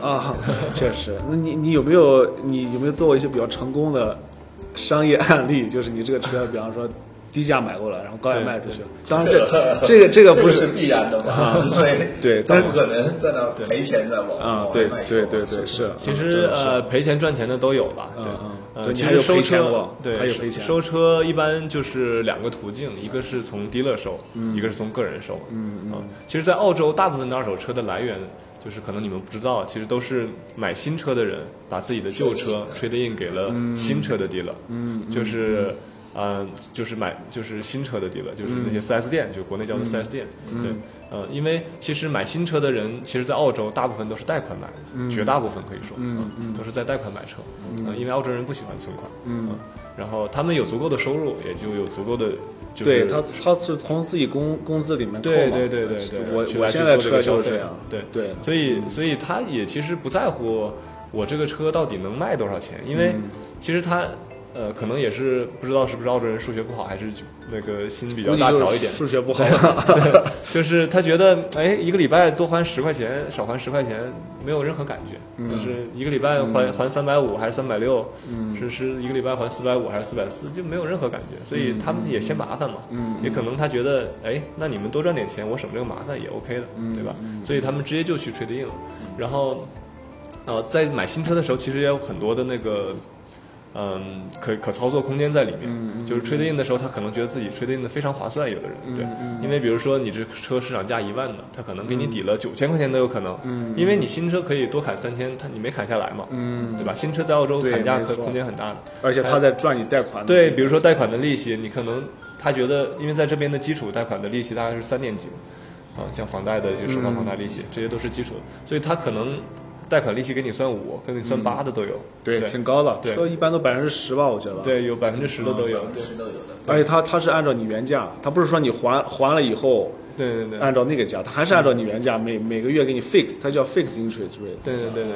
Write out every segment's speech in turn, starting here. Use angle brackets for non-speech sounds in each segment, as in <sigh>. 啊，确实。那你你有没有你有没有做过一些比较成功的商业案例？ <laughs> 就是你这个车，比方说低价买过来，然后高价卖出去。当然这这个这个不这是必然的嘛， <laughs> 所以啊对他但不可能在那赔钱哦在往啊，往对外卖对是吧对对，是。其嗯实呃，赔钱赚钱的都有吧。对嗯，嗯对呃，你其还有实赔收钱过车对还有赔钱收车一般就是两个途径，一个是从 dealer 收，一个是从个人收。嗯嗯。其实，在澳洲，大部分的二手车的来源就是可能你们不知道，其实都是买新车的人把自己的旧车 trade in 给了新车的 dealer。嗯，就是。呃，就是买就是新车的 dealer，就是那些 4S 店，就国内叫做 4S 店，对，呃，因为其实买新车的人，其实，在澳洲大部分都是贷款买，绝大部分可以说，嗯嗯，都是在贷款买车，嗯、因为澳洲人不喜欢存款，嗯、然后他们有足够的收入，也就有足够的，就是对他，他是从自己工工资里面扣嘛。对对对对对，我去我来去现在做这车个就消是费啊这样。对对，所以所以他也其实不在乎我这个车到底能卖多少钱，因为其实他。呃，可能也是不知道是不是澳洲人数学不好，还是就那个心比较大条一点，数 <laughs> 学不好。就是他觉得，哎，一个礼拜多还十块钱，少还十块钱，没有任何感觉。就是一个礼拜还、还三百五还是三百六，是是一个礼拜还四百五还是四百四，就没有任何感觉。所以他们也嫌麻烦嘛，也可能他觉得，哎，那你们多赚点钱，我省这个麻烦也 OK 的，对吧？所以他们直接就去 trade in 了，然后。呃，在买新车的时候，其实也有很多的那个，嗯，可可操作空间在里面。嗯就是 trade in 的时候，他可能觉得自己 trade in 的非常划算，有的人嗯对，因为比如说你这车市场价一万的，他可能给你嗯抵了九千块钱都有可能，因为你新车可以多砍三千，他你没砍下来嘛，对吧？新车在澳洲嗯对砍价没可错空间很大的，而且还他在赚你贷款。对，比如说贷款的利息，你可能他觉得，因为在这边的基础贷款的利息大概是三点几，啊，像房贷的就首付房贷利息，嗯这些都是基础的，所以他可能贷款利息给你算五，给你嗯算八的都有，对，对挺高的，对车一般都百分之十吧，我觉得。。对，有百分之十的都有，嗯百分对之十都有的。而且他他是按照你原价，他不是说你还还了以后对对对，按照那个价，他还是按照你原价，每每个月给你 fix，它叫 fix interest rate。对对对对对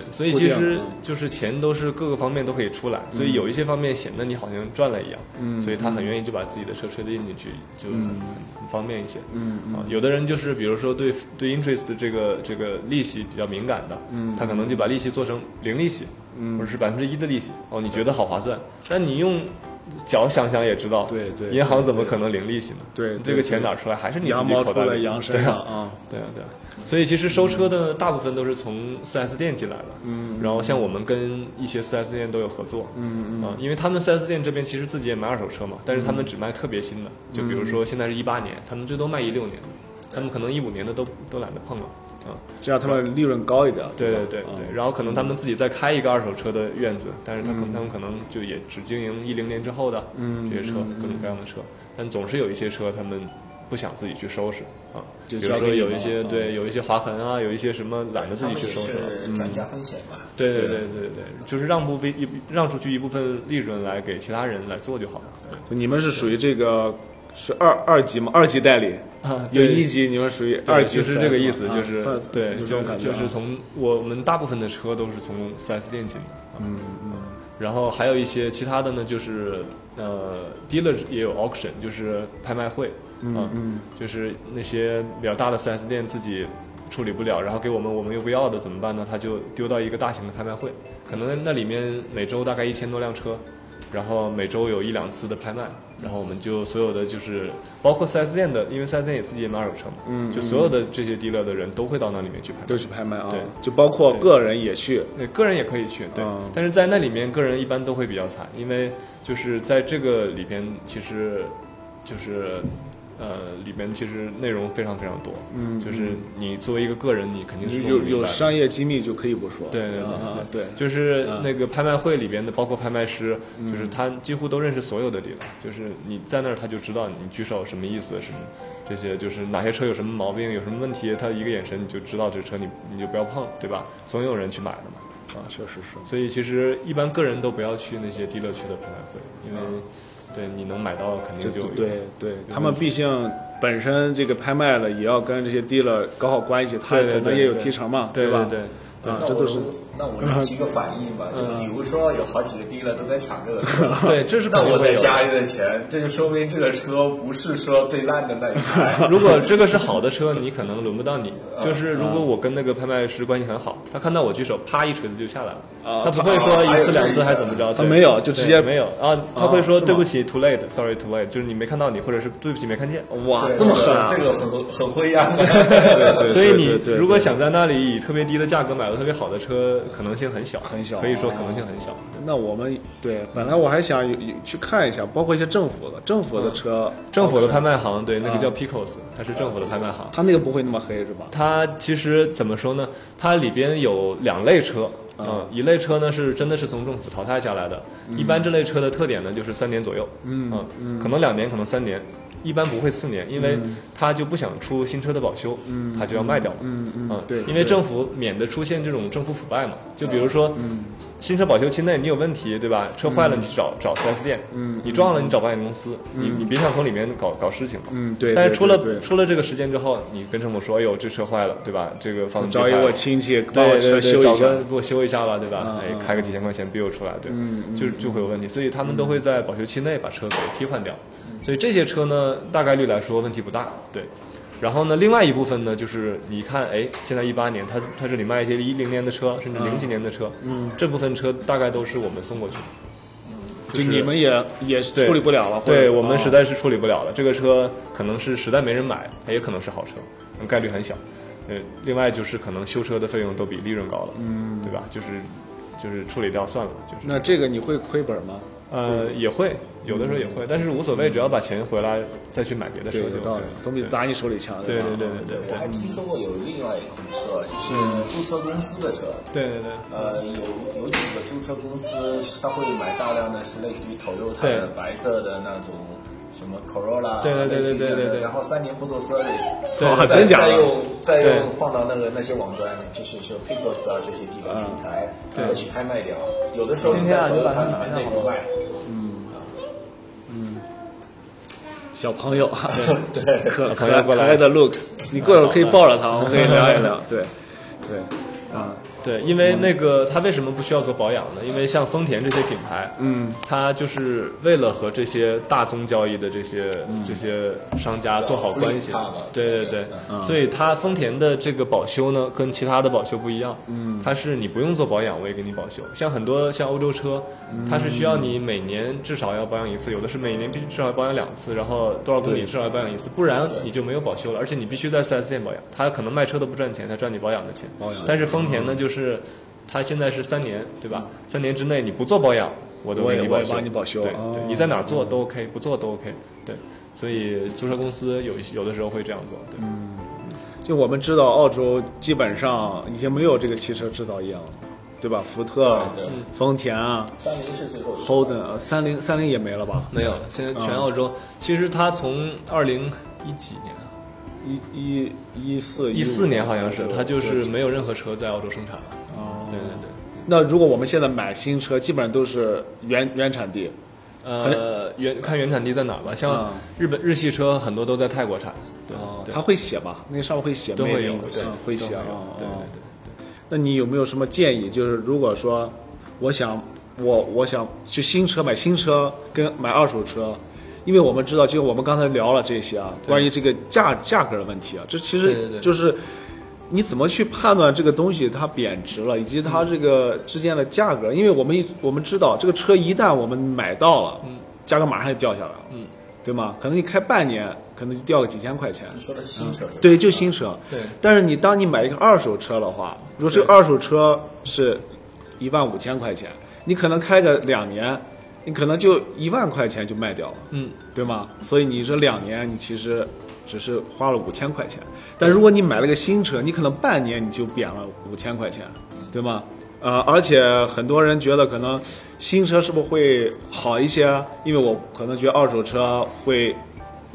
对，所以固其定实嗯就是钱都是各个方面都可以出来，所以有一些方面显得你好像赚了一样，嗯所以他很愿意就把自己的车吹得进去，就很、很方便一些。嗯啊，有的人就是比如说对对 interest 的这个这个利息比较敏感的，嗯他可能就把利息做成零利息，或者是百分之一的利息，哦，你觉得好划算，但你用。脚想想也知道，对对银行怎么可能零利息呢？对对这个钱哪儿出来？还是你自羊己毛口出袋在里羊身对啊上啊。对啊，对啊，所以其实收车的大部分都是从 4S 店进来的，嗯，然后像我们跟一些 4S 店都有合作，嗯嗯，啊、因为他们 4S 店这边其实自己也买二手车嘛，但是他们只卖特别新的，嗯就比如说现在是一八年，他们最多卖一六年的，他们可能一五年的都都懒得碰了，啊、这样他们利润高一点。对至对少对啊对，然后可能他们自己再开一个二手车的院子，但是他可嗯能他们可能就也只经营一零年之后的这些车，嗯各种各样的车，但总是有一些车他们不想自己去收拾啊，比就如交给说你有们一些了对有一些划痕啊，有一些什么懒得自己去收拾了，是转嫁风险嘛。嗯对对对对对，就是让步一让出去一部分利润来给其他人来做就好了。就你们是属于这个是二二级吗？二级代理啊有对一级，你们属于对二级就 4S 是嘛，这个意思，啊就是算对，有这就种感觉就啊，是从我们大部分的车都是从 4S 店进的，嗯嗯，然后还有一些其他的呢，就是呃，dealer 也有 auction，就是拍卖会，嗯嗯，就是那些比较大的 4S 店自己处理不了，然后给我们我们又不要的怎么办呢？他就丢到一个大型的拍卖会，可能那里面每周大概一千多辆车，然后每周有一两次的拍卖，然后我们就所有的就是包括 4S 店的，因为 4S 店也自己也买二手车嘛，嗯，就所有的这些 dealer 的人都会到那里面去拍卖，都去拍卖啊对，就包括个人也去，对，个人也可以去，对。嗯但是在那里面，个人一般都会比较惨，因为就是在这个里边，其实就是呃，里边其实内容非常非常多。嗯，就是你作为一个个人，你肯定是有弄有不明有白的商业机密就可以不说，对对对啊啊对，就是那个拍卖会里边的，包括拍卖师，嗯就是他几乎都认识所有的地方，就是你在那儿他就知道你举手什么意思，什么这些就是哪些车有什么毛病，有什么问题，他一个眼神你就知道这车你你就不要碰，对吧？总有人去买的嘛。啊，确实是。所以其实一般个人都不要去那些低乐区的拍卖会，因为、对你能买到肯定就对有啊对对，他们毕竟本身这搞好关系他们本身这个拍卖了，也要跟这些 dealer 搞好关系，他对可对能对也有对提成嘛，对吧？对啊那，这我都是啊那我能提个反应吧，就比如说有好几个地了都在抢 <laughs> 这个车，对，这是那肯定我会再有。加一个钱，这就说明这个车不是说最烂的那一 <laughs> 台。 <laughs> 如果这个是好的车，你可能轮不到你。啊就是如果我跟那个拍卖师关系很好，他看到我举手，啪一锤子就下来了，啊他不会说一次两次还怎么着，他对没有就直接对没有啊，他会啊说是吗对不起，too late，sorry too late，就是你没看到你，或者是对不起没看见。哇，这么狠啊这！个很很灰 <laughs> 暗。对对所以你对对对如果想在那里以特别低的价格买到特别好的车，可能性很小，很小可以说可能性很小。那我们对，本来我还想有有去看一下，包括一些政府的政府的车，嗯政府的拍卖行，对，那个叫啊 Picos，它是政府的拍卖行。它那个不会那么黑是吧？它其实怎么说呢？它里边有两类车，啊嗯、一类车呢是真的是从政府淘汰下来的，嗯一般这类车的特点呢就是三年左右，嗯、可能两年，可能三年。一般不会四年，因为它就不想出新车的保修，嗯、它就要卖掉了。嗯嗯对因对为嗯政府免得出现这种政府腐败嘛。就比如说，新车保修期内你有问题，对吧？车坏了嗯你去找找 4S 店，嗯、你撞了你找保险公司，你你别想从里面搞搞事情嘛。嗯对但是对出了对对出了这个时间之后，你跟政府说，哎呦，这车坏了，嗯对吧？这个房子找一坏了我亲戚帮我对车对修对，一找下。个给我修一下吧，对吧？嗯嗯嗯哎，开个几千块钱 bill 出来，对，就就会有问题，所以他们都会在保修期内把车给替换掉。嗯所以这些车呢，大概率来说问题不大，对。然后呢，另外一部分呢，就是你看，哎，现在一八年，他他这里卖一些一零年的车，甚至零几年的车，嗯，这部分车大概都是我们送过去的。就就是你们也也对处理不了了，或者对说我们哦实在是处理不了了。这个车可能是实在没人买，它也可能是好车，嗯概率很小。呃，另外就是可能修车的费用都比利润高了，嗯，对吧？就是就是处理掉算了，就是那嗯这个你会亏本吗？呃也会有的时候也会，但是无所谓，只要把钱回来再去买别的车嗯对，就有道理，总比对砸你手里强。对吧对对对对我还听说过有另外一款车，就是注册公司的车。对对对。呃，有有几个注册公司，它会买大量的是类似于头肉炭的对白色的那种什么 Corolla，对对对对对对对然后三年不做 service，对哇再真假的再用再对用放到那个那些网站，就是说 Picos 啊这些地方平台嗯对再去拍卖掉，有的时候今天啊你在就把 Toyota 它拿内部卖，小朋 <laughs> 友啊，对，可可朋友爱可过来啊爱的 look，你过会儿可以抱着他，我们可以聊一聊。 <laughs> 对对，啊，对，因为那个它为什么不需要做保养呢？因为像丰田这些品牌，嗯，它就是为了和这些大宗交易的这些、这些商家做好关系 Flip top 嘛，对对对，所以它丰田的这个保修呢，跟其他的保修不一样，嗯，它是你不用做保养，我也给你保修。像很多像欧洲车，它是需要你每年至少要保养一次，有的是每年必须至少要保养两次，然后多少公里至少要保养一次，不然你就没有保修了，而且你必须在 4S 店保养，它可能卖车都不赚钱，它赚你保养的钱。保养但是丰田呢，就是它现在是三年，对吧？三年之内你不做保养，我都我给也你我保也修。帮你保修对哦对，你在哪儿做都 OK，不做都 OK。对，所以租车公司有一些有的时候会这样做。对，嗯就我们知道，澳洲基本上已经没有这个汽车制造业了，对吧？福特对对、丰田啊三菱是最后一个。 ，Holden，三呃菱三菱也没了吧？没有了。现在全澳洲，其实它从二零一几年啊，一一一四一四年好像是，它就。 15是没有任何车在澳洲生产了。哦对对对。那如果我们现在买新车，基本上都是原原产地，呃，原看原产地在哪儿吧，像啊日本日系车很多都在泰国产，对哦，对他会写吧？那上面会写，都会有嗯，对，会都写啊有。对对哦对。那你有没有什么建议？就是如果说我想我我想去新车买新车跟买二手车，因为我们知道，就我们刚才聊了这些啊，关于这个价价格的问题啊，这其对对实对就是你怎么去判断这个东西它贬值了，以及它这个之间的价格？因为我们一我们知道，这个车一旦我们买到了，价格马上就掉下来了，嗯，对吗？可能你开半年，可能就掉个几千块钱，你说的是新车是吧，对，就新车。嗯对但是你当你买一个二手车的话，如果这个二手车是一万五千块钱，你可能开个两年，你可能就一万块钱就卖掉了，嗯，对吗？所以你这两年你其实只是花了五千块钱，但如果你买了个新车，你可能半年你就贬了五千块钱，对吗？呃，而且很多人觉得可能新车是不是会好一些？啊因为我可能觉得二手车会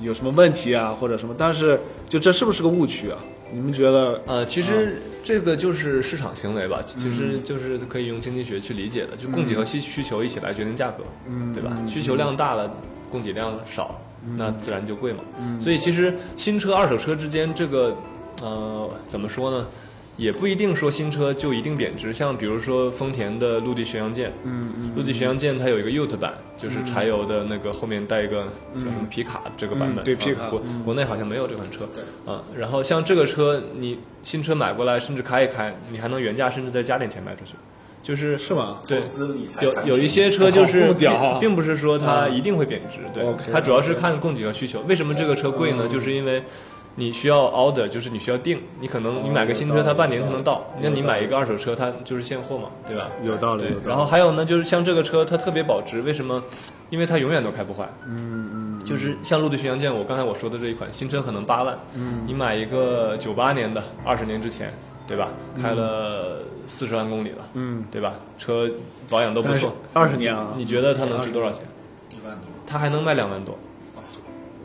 有什么问题啊，或者什么，但是就这是不是个误区啊？你们觉得？呃，其实这个就是市场行为吧，其嗯实就是可以用经济学去理解的，就供给和需需求一起来决定价格，嗯对吧？需求量大了，供给量少，那自然就嗯贵嘛。所以其实新车、二手车之间这个，呃，怎么说呢？也不一定说新车就一定贬值，像比如说丰田的陆地巡洋舰，嗯嗯，陆地巡洋舰它有一个 Ute 版，就是柴油的那个后面带一个叫什么皮卡这个版本，嗯对啊皮卡国国内好像没有这款车，对啊，然后像这个车你新车买过来，甚至开一开，你还能原价甚至再加点钱卖出去，就是是吗？对投资理财有产品有一些车就好是这么屌啊并并不是说它一定会贬值，对 OK，嗯它主要是看供给和需求。为什么这个车贵呢？就是因为你需要 order，就是你需要定，你可哦能你买个新车它半年才能到，那你买一个二手车它就是现货嘛，对吧？有道理，对有道，理。然后还有呢，就是像这个车它特别保值，为什么？因为它永远都开不坏。嗯嗯就是像陆地巡洋舰，我刚才我说的这一款新车可能八万，嗯你买一个九八年的，二十年之前，对吧？开了四十万公里了，嗯，对吧？车保养都不错，二十年啊，你觉得它能值多少钱？一万多，它还能卖两万多，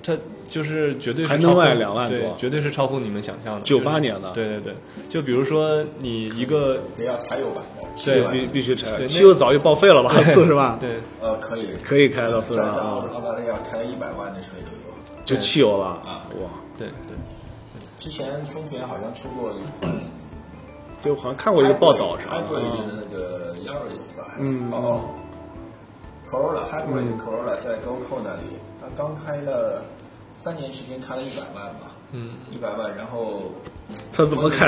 这就是绝对是还能超乎卖2万多对，绝对是超乎你们想象98的。就是年的对对对，就比如说你一个得要柴油版的，对七万必必须拆，对汽油早就报废了吧， <laughs> 四十万，对呃可以，可以开到四十在万在啊，澳大利亚开一百万的车就有。就汽油了啊，哇，对对，之前丰田好像出过一款，就好像看过一个报道嗯是吧？哎，Hybrid 的那个 Yaris 吧，还是哦，Corolla 嗯 Hybrid Corolla 在 GoCo 那里，它刚开了三年时间，开了一百万吧，嗯，一百万，然后他怎么开？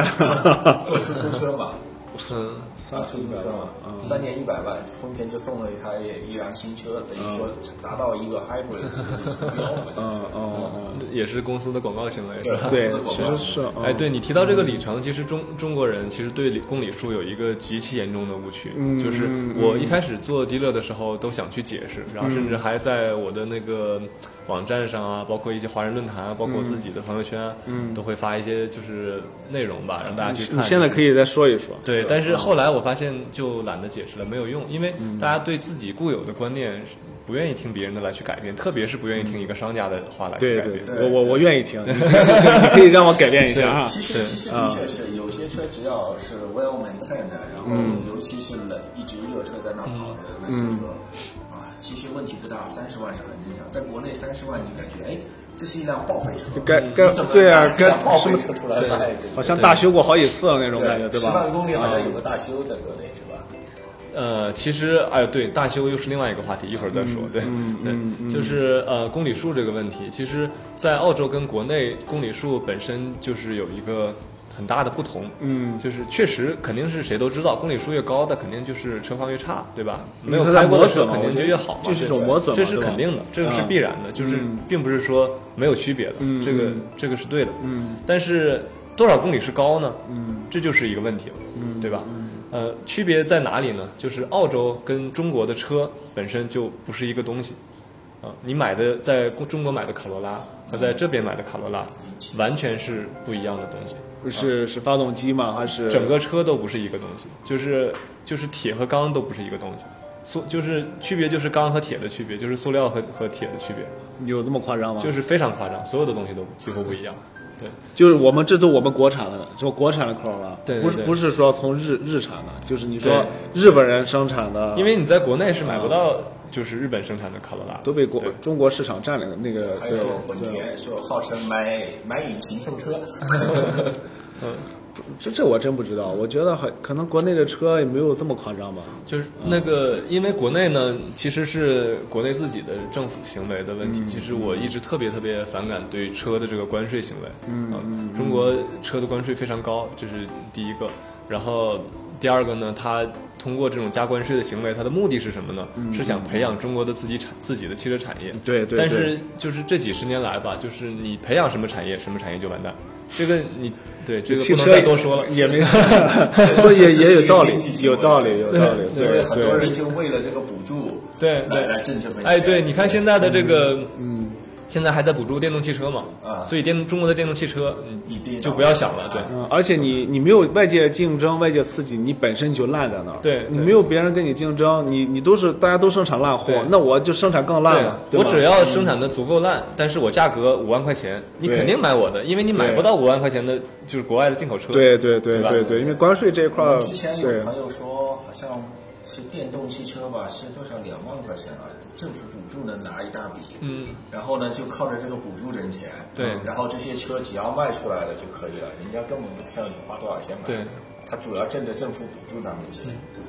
做出租车 <laughs> 嘛，嗯，三出租车嘛，嗯三年一百万，丰田就送了一台一辆新车，等于说达到一个 hybrid 的标嗯准。哦哦，也是公司的广告行为是吧？对公，司其的广告实是，嗯哎，对你提到这个里程，其实中中国人其实对里公里数有一个极其严重的误区，嗯嗯就是我一开始做 dealer 的时候都想去解释，然后甚至还在我的那个网站上啊，包括一些华人论坛啊，包括我自己嗯的朋友圈啊，都会发一些就是内容吧，让大家去看。嗯你现在可以嗯再说一说，对，但是后来我发现就懒得解释了，没有用，因为嗯大家对自己固有的观念是不愿意听别人的来去改变，特别是不愿意听一个商家的话来去嗯对改变对。，我我我愿意 <laughs> 听，你可以你可以让我改变一下啊，其实其实的确是，有些车只要是 well maintained，的然后嗯尤其是冷一直热车在那跑的那些车，嗯啊，其实问题不大，三十万是很正常。在国内三十万你就感觉，哎，这是一辆报废车，该你该怎么对啊拿一该辆报什废么车出来对卖？好像大修过好几次了那种对感觉，对吧？啊十万公里好像有个大修在国内是吧？呃，其实哎呦，对，大修又是另外一个话题，一会儿再说。嗯对，对，就是呃，公里数这个问题，其实，在澳洲跟国内公里数本身就是有一个很大的不同。嗯就是确实肯定是谁都知道，公里数越高的肯定就是车况越差，对吧？因没为有它在开过磨的车损嘛肯我定觉就得越好嘛。这是对种磨损嘛这是对吧肯定的，这个是啊必然的，就是并不是说没有区别的，这个这个是对的。嗯，但是多少公里是高呢？嗯，这就是一个问题了，嗯，对吧？呃，区别在哪里呢？就是澳洲跟中国的车本身就不是一个东西，啊、你买的在中国买的卡罗拉和在这边买的卡罗拉完全是不一样的东西，是是发动机吗？还是整个车都不是一个东西，就是就是铁和钢都不是一个东西，塑就是区别就是钢和铁的区别，就是塑料和和铁的区别，有这么夸张吗？就是非常夸张，所有的东西都几乎不一样，对。就是我们这都我们国产的，就国产的 Corolla，对对不是对不是说从日日产的，就是你说对日本人生产的，因为你在国内是买不到，就是日本生产的卡罗拉，都被国对中国市场占领了那个还对有本对，田说号称买买引擎送车，这这我真不知道，我觉得很可能国内的车也没有这么夸 <laughs> 张吧。就是那个，因为国内呢，其实是国内自己的政府行为的问嗯题。其实我一直特别特别反感对车的这个关税行为。嗯、中国车的关税非常高，这是第一个。然后第二个呢，它通过这种加关税的行为，它的目的是什么呢？是想培养中国的自己产自己的汽车产业。嗯对对但对是就是这几十年来吧，就是你培养什么产业，什么产业就完蛋。这个你对这个汽不能车再多说了。也没，不是也也有道理经济，行有为道理，有道理， <laughs> 因为对很多人对，就为了这个补助，对来对来政治分析。哎，对，你看现在的这个，嗯，现在还在补助电动汽车嘛，啊所以电中国的电动汽车，一嗯，定要就不要想了，对。嗯，而且你你没有外界竞争、外界刺激，你本身就烂在那儿。对对你没有别人跟你竞争，你你都是大家都生产烂货对，那我就生产更烂了。对对，我吧只要生产的足够烂，但是我价格五万块钱，你对肯定买我的，因为你买对不到五万块钱的，就是国外的进口车。对对对对吧呃对对，因为关税这一块儿之前，有对朋友说，好像是电动汽车吧，是多少两万块钱啊？政府补助能拿一大笔，嗯，然后呢就靠着这个补助挣钱，对然后这些车只要卖出来了就可以了，人家根本不 care 你花多少钱买，对，嗯他主要挣着政府补助那笔钱。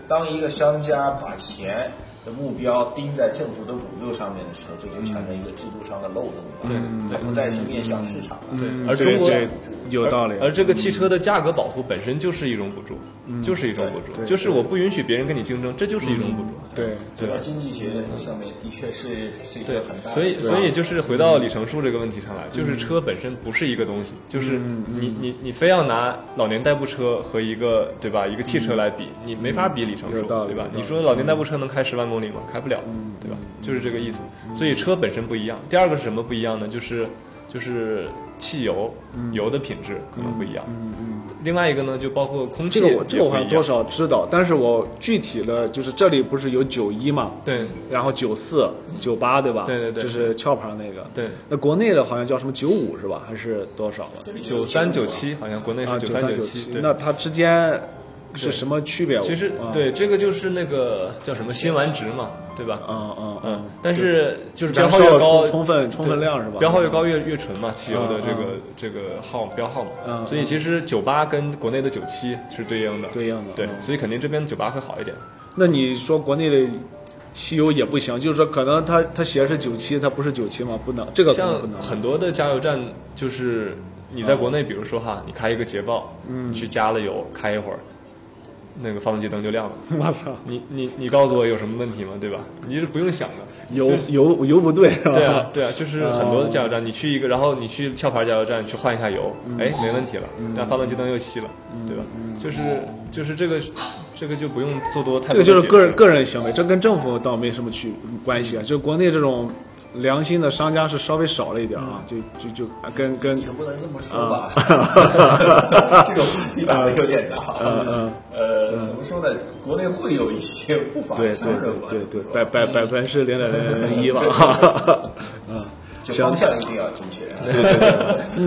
当一个商家把钱的目标盯在政府的补助上面的时候，这就成了一个制度上的漏洞了，对嗯对嗯它不再是面向市场了，对而中国嗯这有道理，而这个汽车的价格保护本身就是一种补助，就是一种补助，嗯对嗯就是我不允许别人跟你竞争，这就是一种补助。对主要经济学上面的确是是一个对很大，的，所以啊所以就是回到里程数这个问题上嗯来，就是车本身不是一个东西，就是你你你非要拿老年代步车和一个对吧一个汽车来比，你没法比里程嗯有数，道理对吧有道？理嗯你说老年代步车能开十万公里吗？开不了，对吧？就是这个意思。所以车本身不一样。第二个是什么不一样呢？就是就是汽油嗯油的品质可能不一样。另外一个呢，就包括空气这也不个我这一样。个我好像多少知道，但是我具体的就是这里不是有九一嘛，对然后九四、九八对吧？对对对就是壳牌那个。对，那国内的好像叫什么九五是吧？还是多少啊？九三九七好像国内啊，是九三三九七，对。那它之间是什么区别？其实我，对这个就是那个叫什么辛烷值嘛，对吧？嗯嗯嗯嗯，，但是就是标燃号越烧高，充充分充分量是吧？标号越高越越纯嘛，汽油的嗯这个这个号标号嘛，嗯所以其实九八跟国内的九七是对应的，对应的对，嗯所以肯定这边九八会好一点，那你说国内的汽油也不行，就是说可能它它写是九七，它不是九七嘛，不能这个可能像不能。很多的加油站，就是你在国内，比如说哈，你开一个捷豹，嗯，去加了油，开一会儿，那个发动机灯就亮了， <laughs> 我操，你你你告诉我有什么问题吗？对吧？你是不用想的，油油油不对是吧？对啊，对啊，就是很多的加油站，你去一个，然后你去壳牌加油站去换一下油，嗯哎，没问题了，但发动机灯又熄了，对吧？就是就是这个这个就不用做多太这个多的解释，就是个人个人行为，这跟政府倒没什么区关系啊。就国内这种良心的商家是稍微少了一点啊，嗯就就就跟跟也不能这么说啊吧，<laughs> <laughs> 这个话题打的有点大。嗯呃，怎么说呢？国内会有一些不法对商对人吧，对对对这么说百百百分之零点零 <laughs> 零一吧，嗯，就行方。向一定要正确。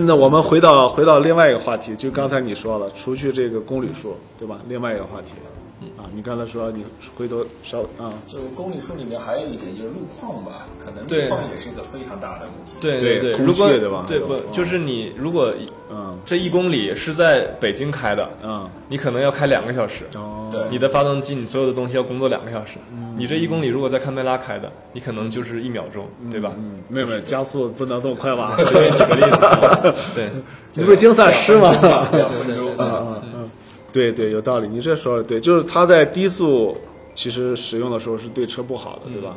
那我们回到回到另外一个话题，就刚才你说了，除去这个公里数，对吧？另外一个话题，嗯啊，你刚才说你回头稍啊， <laughs> 就公里数里面还有一点就是路况吧，可能对路况也是一个非常大的问题。对对对，空如果气对吧对那不种就是你如果嗯这一公里是在北京开的，嗯，你可能要开两个小时，哦，嗯对你的发动机，你所有的东西要工作两个小时，你这一公里如果在堪培拉开的，你可能就是一秒钟，对吧？ <laughs> 嗯，妹妹加速不能这么快吧？随便举个例子，对。你不是精算师吗？ <laughs> 两分钟，嗯，对对，有道理，你这说的对，就是它在低速其实使用的时候是对车不好的，对吧？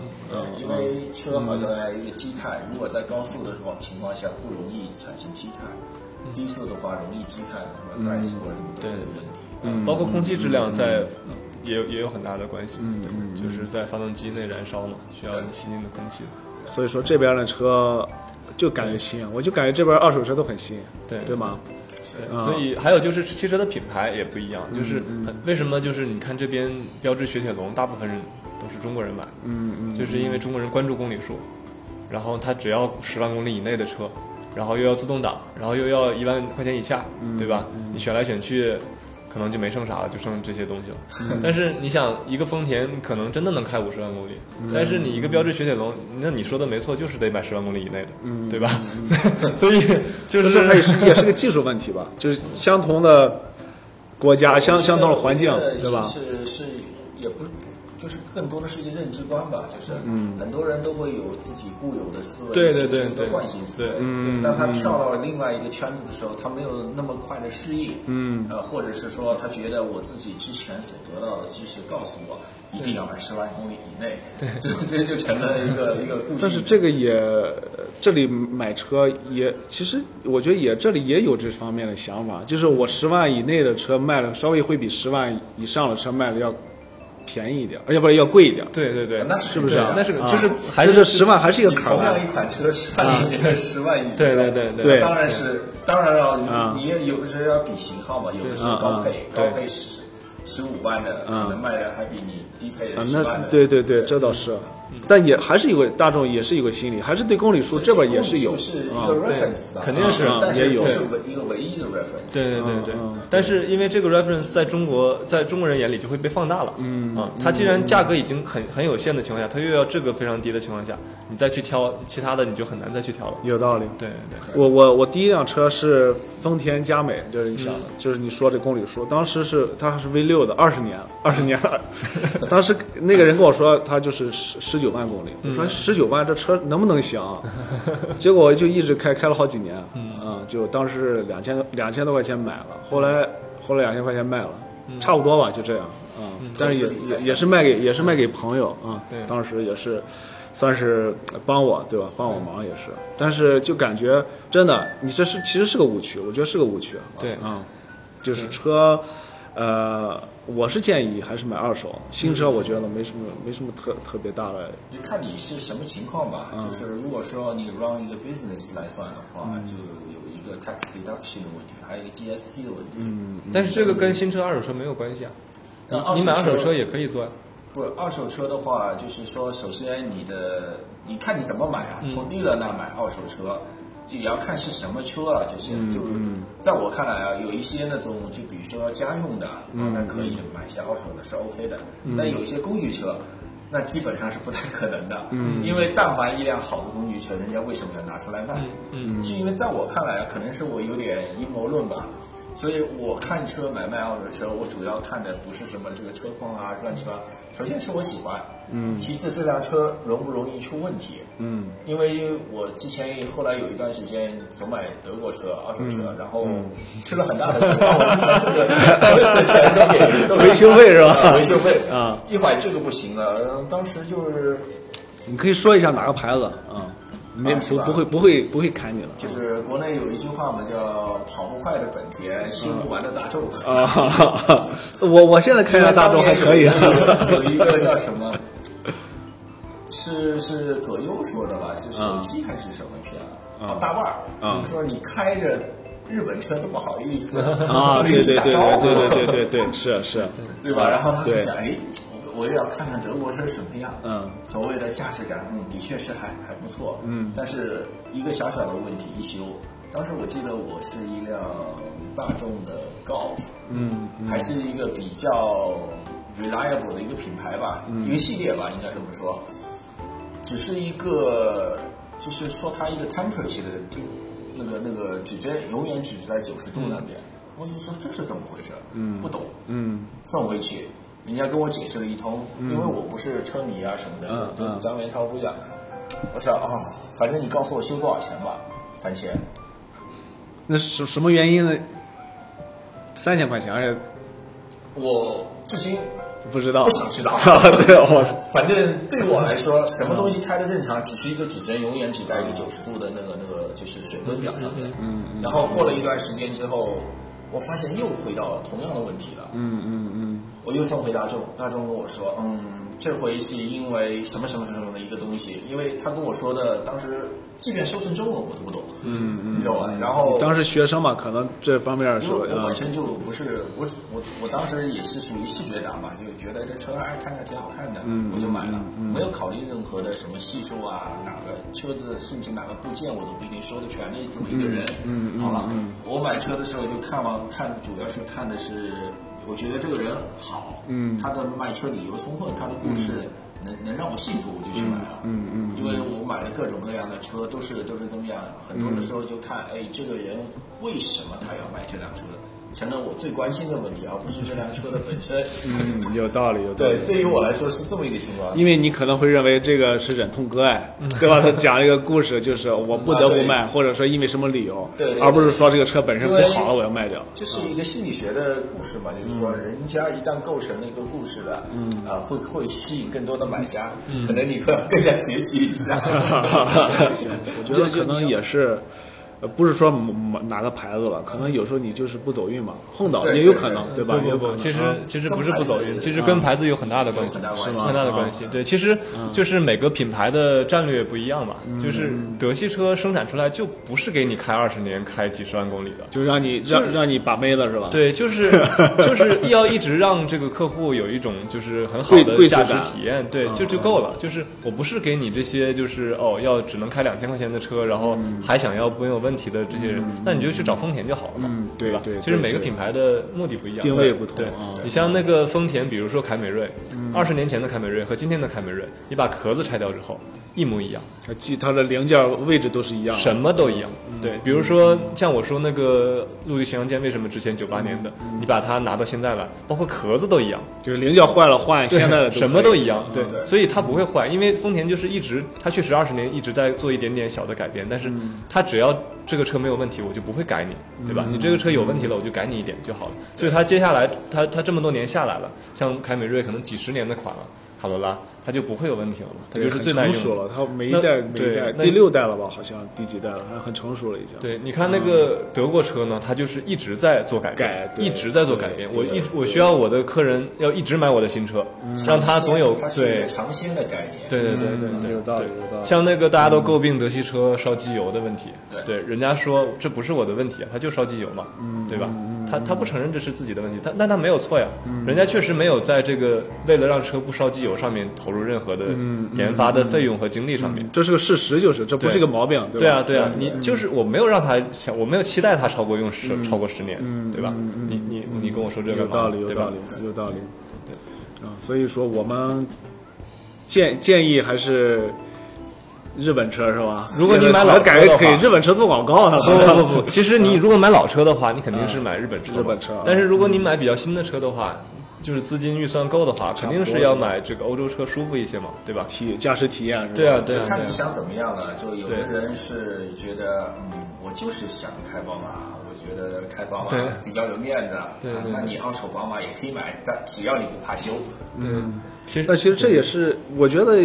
因为车好像还有一个积碳，嗯如果在高速的情况下不容易产生积碳，嗯低速的话容易积碳，什么怠速啊什么都对有对问题。嗯对，包括空气质量在也有也有很大的关系，嗯对，就是在发动机内燃烧嘛，需要你吸进的空气，嗯所以说这边的车就感觉新，我就感觉这边二手车都很新，对对吗？嗯对，所以还有就是汽车的品牌也不一样，就是很为什么就是你看这边标致雪铁龙，大部分人都是中国人买，嗯嗯，就是因为中国人关注公里数，然后他只要十万公里以内的车，然后又要自动挡，然后又要一万块钱以下，嗯对吧？你选来选去，可能就没剩啥了，就剩这些东西了。嗯但是你想，一个丰田可能真的能开五十万公里，嗯但是你一个标致雪铁龙，那你说的没错，就是得买十万公里以内的，对吧？ <laughs> 所以就这是嗯这还是也是个技术问题吧？就是相同的国家，相相同的环境我觉得，对吧？呃是是也不是，就是更多的是一个认知观吧，就是嗯很多人都会有自己固有的思维，对对对形成对一个惯性思维对。嗯，当他跳到了另外一个圈子的时候，他没有那么快的适应。嗯，呃，或者是说他觉得我自己之前所得到的知识告诉我。一定要买十万公里以内，对，这 <laughs> 就成了一个一个固性。但是这个也，这里买车也，其实我觉得也这里也有这方面的想法，就是我十万以内的车卖了，稍微会比十万以上的车卖的要便宜一点，而且不是要贵一点，对对对，那是不是对啊？那是就是还就是这十万还是一个你坎同样儿啊一款车，十万以内、十万以内，对对对对当然是，当然了啊，你你有的时候要比型号嘛，有的时候高配，对高配十十五万的可能卖的还比你低配啊的。十万那的，对对对，这倒是，啊但也还是有个大众也是有个心理，还是对公里数这边也是有是一啊个 reference 的，肯定是啊但也是有不是唯一个唯一的 reference。对对对对嗯嗯，但是因为这个 reference 在中国，在中国人眼里就会被放大了。嗯啊，它既然价格已经很很有限的情况下，它又要这个非常低的情况下，你再去挑其他的，你就很难再去挑了。有道理。对对我我我第一辆车是丰田佳美，就是你想的，就是你说这公里数，当时是它是 V 六的，二十年了，二十年了。 <laughs> 当时那个人跟我说，他就是十十九万公里，我说十九万这车能不能 <laughs> 行啊？结果就一直开，开了好几年，嗯，就当时是两千两千多块钱买了，后来后来两千块钱卖了，差不多吧，就这样啊。但嗯是也也也是卖给也是卖给朋友啊对，当时也是。算是帮我，对吧？帮我忙也是，但是就感觉真的，你这是其实是个误区，我觉得是个误区。对啊、就是车，呃，我是建议还是买二手新车，我觉得没什么没什么特特别大的，就看你是什么情况吧。啊就是如果说你 run 一个 business 来算的话，嗯就有一个 tax deduction 的问题，还有一个 GST 的问题。嗯，对，但是这个跟新车、二手车没有关系啊。但二手你你买二手车车也可以做呀。不，二手车的话，就是说，首先你的，你看你怎么买啊？从 dealer 那买二手车，就也要看是什么车了、就是、就是，在我看来啊，有一些那种就比如说家用的，嗯、那可以买一些二手的是 OK 的，但有一些公寓车。那基本上是不太可能的，嗯，因为但凡一辆好的公寓车，人家为什么要拿出来卖？嗯，就因为在我看来啊，可能是我有点阴谋论吧，所以我看车买卖二手车，我主要看的不是什么这个车况啊、乱七八，首先是我喜欢，嗯，其次这辆车容不容易出问题，嗯，因为我之前后来有一段时间总买德国车、二手车，然后吃了很大的苦，把我之前这个所有的钱都给都给维修费是吧啊维修费啊，一会儿这个不行了，然后当时就是你可以说一下哪个牌子啊？没啊是不吧不会不会不会砍你了。就是国内有一句话嘛，叫跑不坏的本田，修不完的大众啊，哈哈我我现在开下大众还可以啊，有一个叫什么？是是葛优说的吧？是手机还是什么片？哦，大腕嗯儿说你开着日本车都不好意思啊，对对打对招呼，对对对对对，是是，对吧？然后他就对想，哎，我也要看看德国车什么样。嗯，所谓的驾驶感，嗯，的确是还还不错。嗯，但是一个小小的问题，一修，当时我记得我是一辆大众的 Golf，嗯，还是一个比较 reliable 的一个品牌吧，一个系列吧，应该这么说。只是一个，就是说它一个 temper 写的就那个那个指针永远只是在九十度那边，我就说这是怎么回事？嗯，不懂。嗯，送回去，人家跟我解释了一通，因为我不是车迷啊什么的，嗯跟嗯张元超不一样。我说啊、反正你告诉我修多少钱吧，三千。那什什么原因呢？三千块钱，而且我至今不知道，不想知道 <laughs> 对，我操反正对我来说，什么东西开的正常，只是一个指针永远只在一个九十度的那个那个就是水温表上面。嗯嗯。然后过了一段时间之后，我发现又回到了同样的问题了。嗯嗯嗯。我又送回大众，大众跟我说，嗯，这回是因为什么什么什么的一个东西，因为他跟我说的，当时即便修成中文我都不懂。嗯嗯。你知道吧？然后当时学生嘛，可能这方面因是为我啊本，身就不是我我我当时也是属于视觉党嘛，就觉得这车哎看着挺好看的，我就买了，没有考虑任何的什么系数啊，哪个车子甚至哪个部件我都不一定说的全的这么一个人，嗯好吧，我买车的时候就看完看主要是看的是，我觉得这个人好，嗯，他的卖车理由充分，他的故事。能能让我信服，我就去买了。嗯嗯，因为我买的各种各样的车都是都是这么样，很多的时候就看，哎，这个人为什么他要买这辆车，成了我最关心的问题，而不是这辆车的本 <laughs> 身。嗯，有道理，有道理对，。对于我来说是这么一个情况。因为你可能会认为这个是忍痛割 <laughs> 爱，对吧？他讲一个故事，就是我不得不卖，或者说因为什么理由啊对对，对而不是说这个车本身不因为好了，我要卖 <laughs> 掉。这是一个心理学的故事嘛，就是嗯说人家一旦构成了一个故事了，嗯啊，会会吸引更多的买家，嗯可能你会更加学习一下。我觉得可能也是，呃，不是说某某哪个牌子了，可能有时候你就是不走运嘛，碰到对也有可能，对吧？也不有不可能。不，其实嗯其实跟不是牌不子走有运，关其系实跟牌子有很大的关系有很大，关系嗯是吗很大的关系。对，其实就是每个品牌的战略不一样嘛，就是嗯德系车生产出来就不是给你开二十年、开几十万公里的。就让你让让你把妹了是吧？，对，就是 <laughs> 就是要一直让这个客户有一种就是很好贵的贵族啊驾驶感体验，对，就就够了。就是我不是给你这些就是哦要只能开两千块钱的车，然后嗯还想要没有问题的这些人，那你就去找丰田就好了嘛，嗯对对吧？对其实对每个对品牌的目的不一样，定位也不同对啊嗯你像那个丰田，比如说凯美瑞，二十年前的凯美瑞和今天的凯美瑞，你把壳子拆掉之后一模一样，记它的零件位置都是一样的。什么都一样。嗯对，比如说像我说那个陆地巡洋舰，为什么之前九八年的，嗯你把它拿到现在来，包括壳子都一样，就是零件坏了换，现在的什么都都嗯一样。对，对所以它不会坏，因为丰田就是一直，它确实二十年一直在做一点点小的改变，但是嗯它只要这个车没有问题，我就不会改你，对吧？你这个车有问题了，我就改你一点就好了。所以它接下来，它它这么多年下来了，像凯美瑞可能几十年的款了，卡罗拉。它就不会有问题了嘛？它对，就是很最耐成用的熟了。它每一那代每一对代那第六代了吧？好像第几代了？还很成熟了已经。对，你看那个德国车呢，它就是一直在做改变，改对一直在做改变。对我对嗯一直我需要我的客人要一直买我的新车，让 <laughs> 他总有它是一对个尝鲜的概念。对对对对嗯对，有道理对有道理嗯像那个大家都诟病德系车烧机油的问题，对对，人家说这不是我的问题啊，他就烧机油嘛，嗯对吧？他他不承认这是自己的问题，但但他没有错呀，嗯人家确实没有在这个为了让车不烧机油上面投入任何的嗯研发的费用和精力上面。这是个事实，就是这不是对个毛病，对吧？嗯对啊，对啊，对你对就是我没有让他想，我没有期待他超过用十嗯超过十年，对吧？你你你跟我说这个有道理，有对道吧理？，有道理。对啊，所以说我们建建议还是日本车是吧？如果你买老老车的改话给日本车做广告呢，不不不不，其实你如果买老车的话，你肯定是买日本车嘛，日本车啊但是如果你买比较新的车的话，就是资金预算够的话，肯定是要买这个欧洲车舒服一些嘛，对吧？ <laughs> 体驾驶体验是吧？对啊，对就啊，看你对啊。想怎么样了。就有的对人是觉得，嗯，我就是想开宝马，我觉得开宝马对比较有面子。对对啊那你二手宝马也可以买，但只要你不怕修。其实嗯那其实这也是我觉得，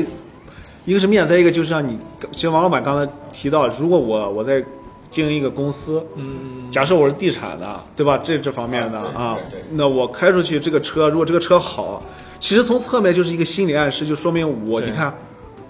一个是面子，再一个就是像你，其实王老板刚才提到，如果我我在经营一个公司，嗯，假设我是地产的，对吧？这这方面的啊对啊对对，那我开出去这个车，如果这个车好，其实从侧面就是一个心理暗示，就说明我对你看。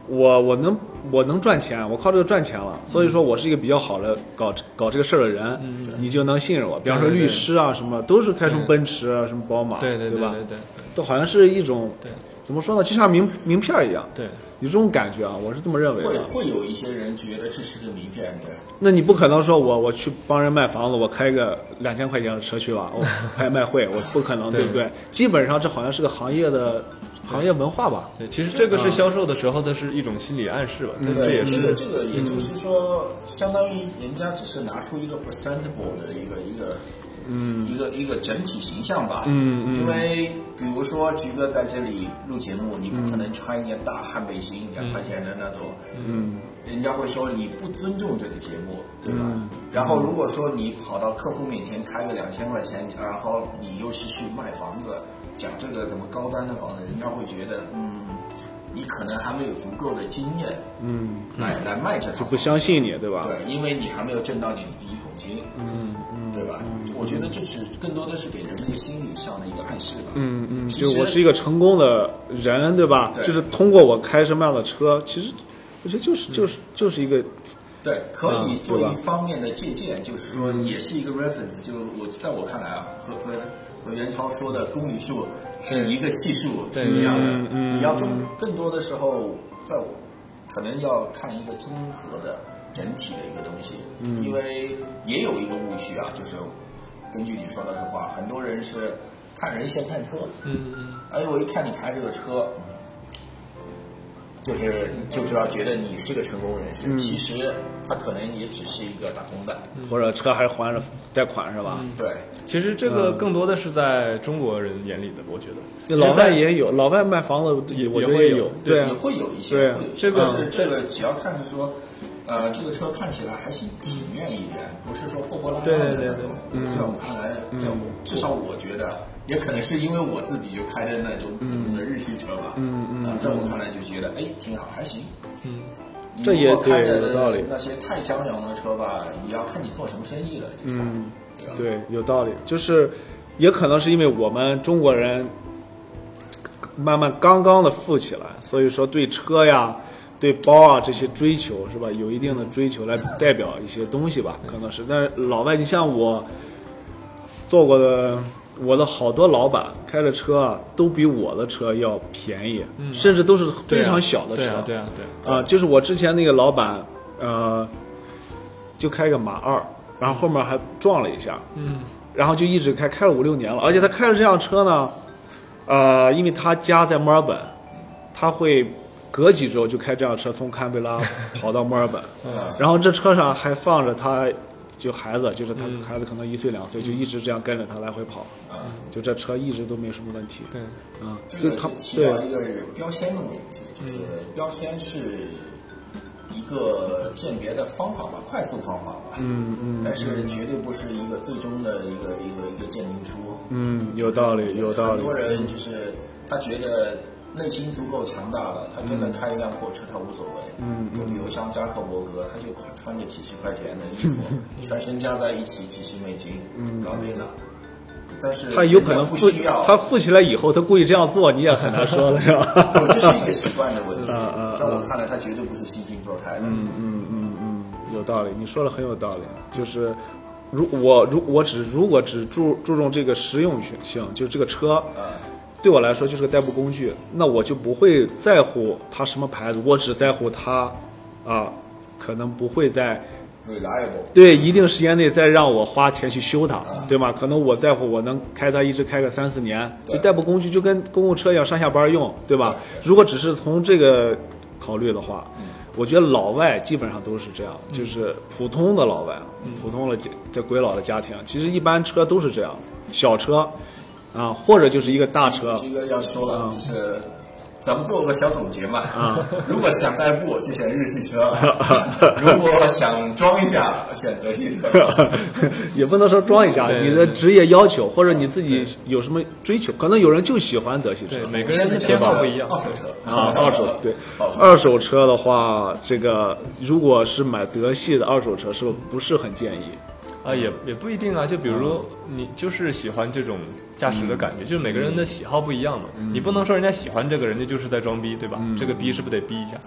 我我能我能赚钱，我靠这个赚钱了，嗯所以说我是一个比较好的搞搞这个事儿的人，你就能信任我。比方说对对对律师啊什么，都是开什么奔驰啊，什么宝马，对对对吧？对对都好像是一种对怎么说呢，就像名名片儿一样，对，有这种感觉啊，我是这么认为会的。会有一些人觉得这是个名片的，那你不可能说我我去帮人卖房子，我开个两千块钱的车去吧， <laughs> 我拍卖会，我不可能，对对不对？基本上这好像是个行业的行业文化吧。对，其实嗯这个是销售的时候的是一种心理暗示吧，但这也这个是这个也就是说，相当于人家只是拿出一个 presentable 的一个一个。嗯，一个一个整体形象吧。嗯嗯。因为比如说，菊哥在这里录节目，你不可能穿一件大汗背心，两块钱的那种。嗯。人家会说你不尊重这个节目，对吧？然后如果说你跑到客户面前开个两千块钱，然后你又是去卖房子，讲这个怎么高端的房子，人家会觉得嗯。你可能还没有足够的经验，嗯，来来卖这套就房不相信你，对吧？对，因为你还没有挣到你的第一桶金，嗯嗯，对吧？我觉得这是更多的是给人一个心理上的一个暗示吧。嗯嗯，就我是一个成功的人，对吧？对就是通过我开什么样的车，其实我觉得嗯就是就是就是一个对，可以嗯做对吧一方面的借鉴，就是说嗯也是一个 reference，就是我在我看来啊，和和和袁超说的公里数是一个系数对嗯是一样的。你要中更多的时候，在我可能要看一个综合的整体的一个东西，嗯因为也有一个误区啊，就是根据你说的这话，很多人是看人先看车，嗯嗯哎，我一看你开这个车，就是就知道觉得你是个成功人嗯士，其实他可能也只是一个打工的，嗯或者车还是还着贷款是吧？对，其实这个更多的是在中国人眼里的，我觉得老外在也有，老外卖房子也我觉得也会有有，对啊也，会有一对些，会有一些这个但是嗯这个只要看着说，呃，这个车看起来还行，体面一点，不是说破破烂烂的对对那对种，嗯在我看来，在我至少我觉得。也可能是因为我自己就开嗯着呃那种普通的日系车吧，嗯嗯，在我看来就觉得哎挺好，还行，嗯这也如果开对的有道理那些太张扬的车吧，也要看你做什么生意了，就是嗯，对吧？对，有道理，就是也可能是因为我们中国人慢慢刚刚的富起来，所以说对车呀、对包啊这些追求是吧，有一定的追求来代表一些东西吧，可能是。但是老外，你像我做过的，我的好多老板开的车啊，都比我的车要便宜，甚至都是非常小的车。嗯对啊，对啊，对啊，啊，就是我之前那个老板，呃，就开个马二，然后后面还撞了一下，嗯，然后就一直开，开了五六年了。而且他开了这辆车呢，呃，因为他家在墨尔本，他会隔几周就开这辆车从堪培拉跑到墨尔 <laughs> 本，嗯然后这车上还放着他就孩子，就是他嗯孩子可能一岁两岁，就一直这样跟着他来回跑，啊，就这车一直都没什么问题。对，啊，这就个他呃提对嗯到一个标签的问题，就是标签是一个鉴别的方法吧，快速方法吧，嗯嗯，但是绝对不是一个最终的一个一个一个鉴定书，嗯，有道理，有道理很。多人就是他觉得内心足够强大了，他嗯真的开一辆破车他无所谓。嗯，就比如像扎克伯格，他就穿着几十块钱的衣服， <laughs> 全身加在一起几十美金，嗯，搞定了。但是他有可能人家富不需要，，他富起来以后，他故意这样做，你也很难说了，是 <laughs> 吧？哦这是一个习惯的问题。嗯嗯在我看来，他绝对不是吸金做态的。嗯嗯，有道理，你说的很有道理。就是，如我如我只如果只注注重这个实用性，就是这个车对我来说就是个代步工具，那我就不会在乎它什么牌子，我只在乎它啊，可能不会在 reliable。对一定时间内再让我花钱去修它，啊对吗？可能我在乎我能开它一直开个三四年，对就代步工具就跟公共车一样上下班用，对吧？如果只是从这个考虑的话，嗯我觉得老外基本上都是这样，就是普通的老外，啊嗯普通的家这鬼佬的家庭，其实一般车都是这样，小车啊，或者就是一个大车，这个要说嗯了，就是咱们做个小总结嘛。啊， <laughs> 如果想代步就选日系 <laughs> 车，如果想装一下选德系车。 <laughs> 也不能说装一下，对对你的职业要求或者你自己有什么追求，可能有人就喜欢德系车对，，每个人的偏好不一样，对啊，二手 <laughs> 对，二手车的话，这个如果是买德系的二手车，是不是很建议？啊，也也不一定啊。就比如嗯你就是喜欢这种驾驶的感觉，就是每个人的喜好不一样嘛。嗯你不能说人家喜欢这个，人家就是在装逼，对吧？这个逼是不是得逼一下？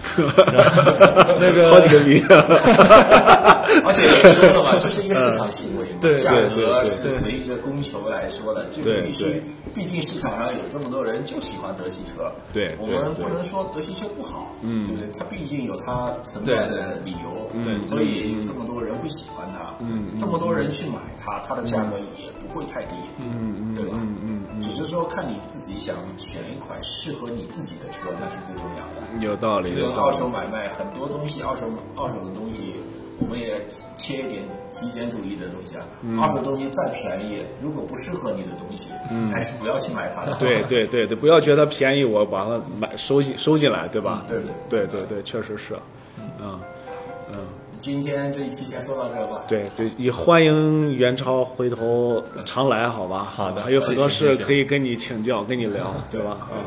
然后那个好几个米， <laughs> 而且也说了嘛，这是一个市场行为嘛，对价格对对对是随着供求来说的，就对必须对，毕竟市场上有这么多人就喜欢德系车，对我对们对不能说德系车不好，嗯，对不对？它毕竟有它存在的理由，对，所以这么多人会喜欢它，嗯，这么多人去买它，它的价格也不会太低，嗯对吧？嗯嗯，只是说看你自己想选一款适合你自己的车，那是最重要的。 <laughs> 有道理，这有个道二理。手买卖很多东西，二手二手的东西，我们也切一点极简主义的东西啊。二手东西再便宜，如果不适合你的东西，还是不要去买它的。对对对对，不要觉得便宜，我把它买收进收进来，对吧？对嗯对对对，确实是，嗯嗯，今天这一期先说到这儿吧。对，这也欢迎元超回头常来，好吧？好的还有很多谢谢事谢谢可以跟你请教，跟你聊，对吧？啊，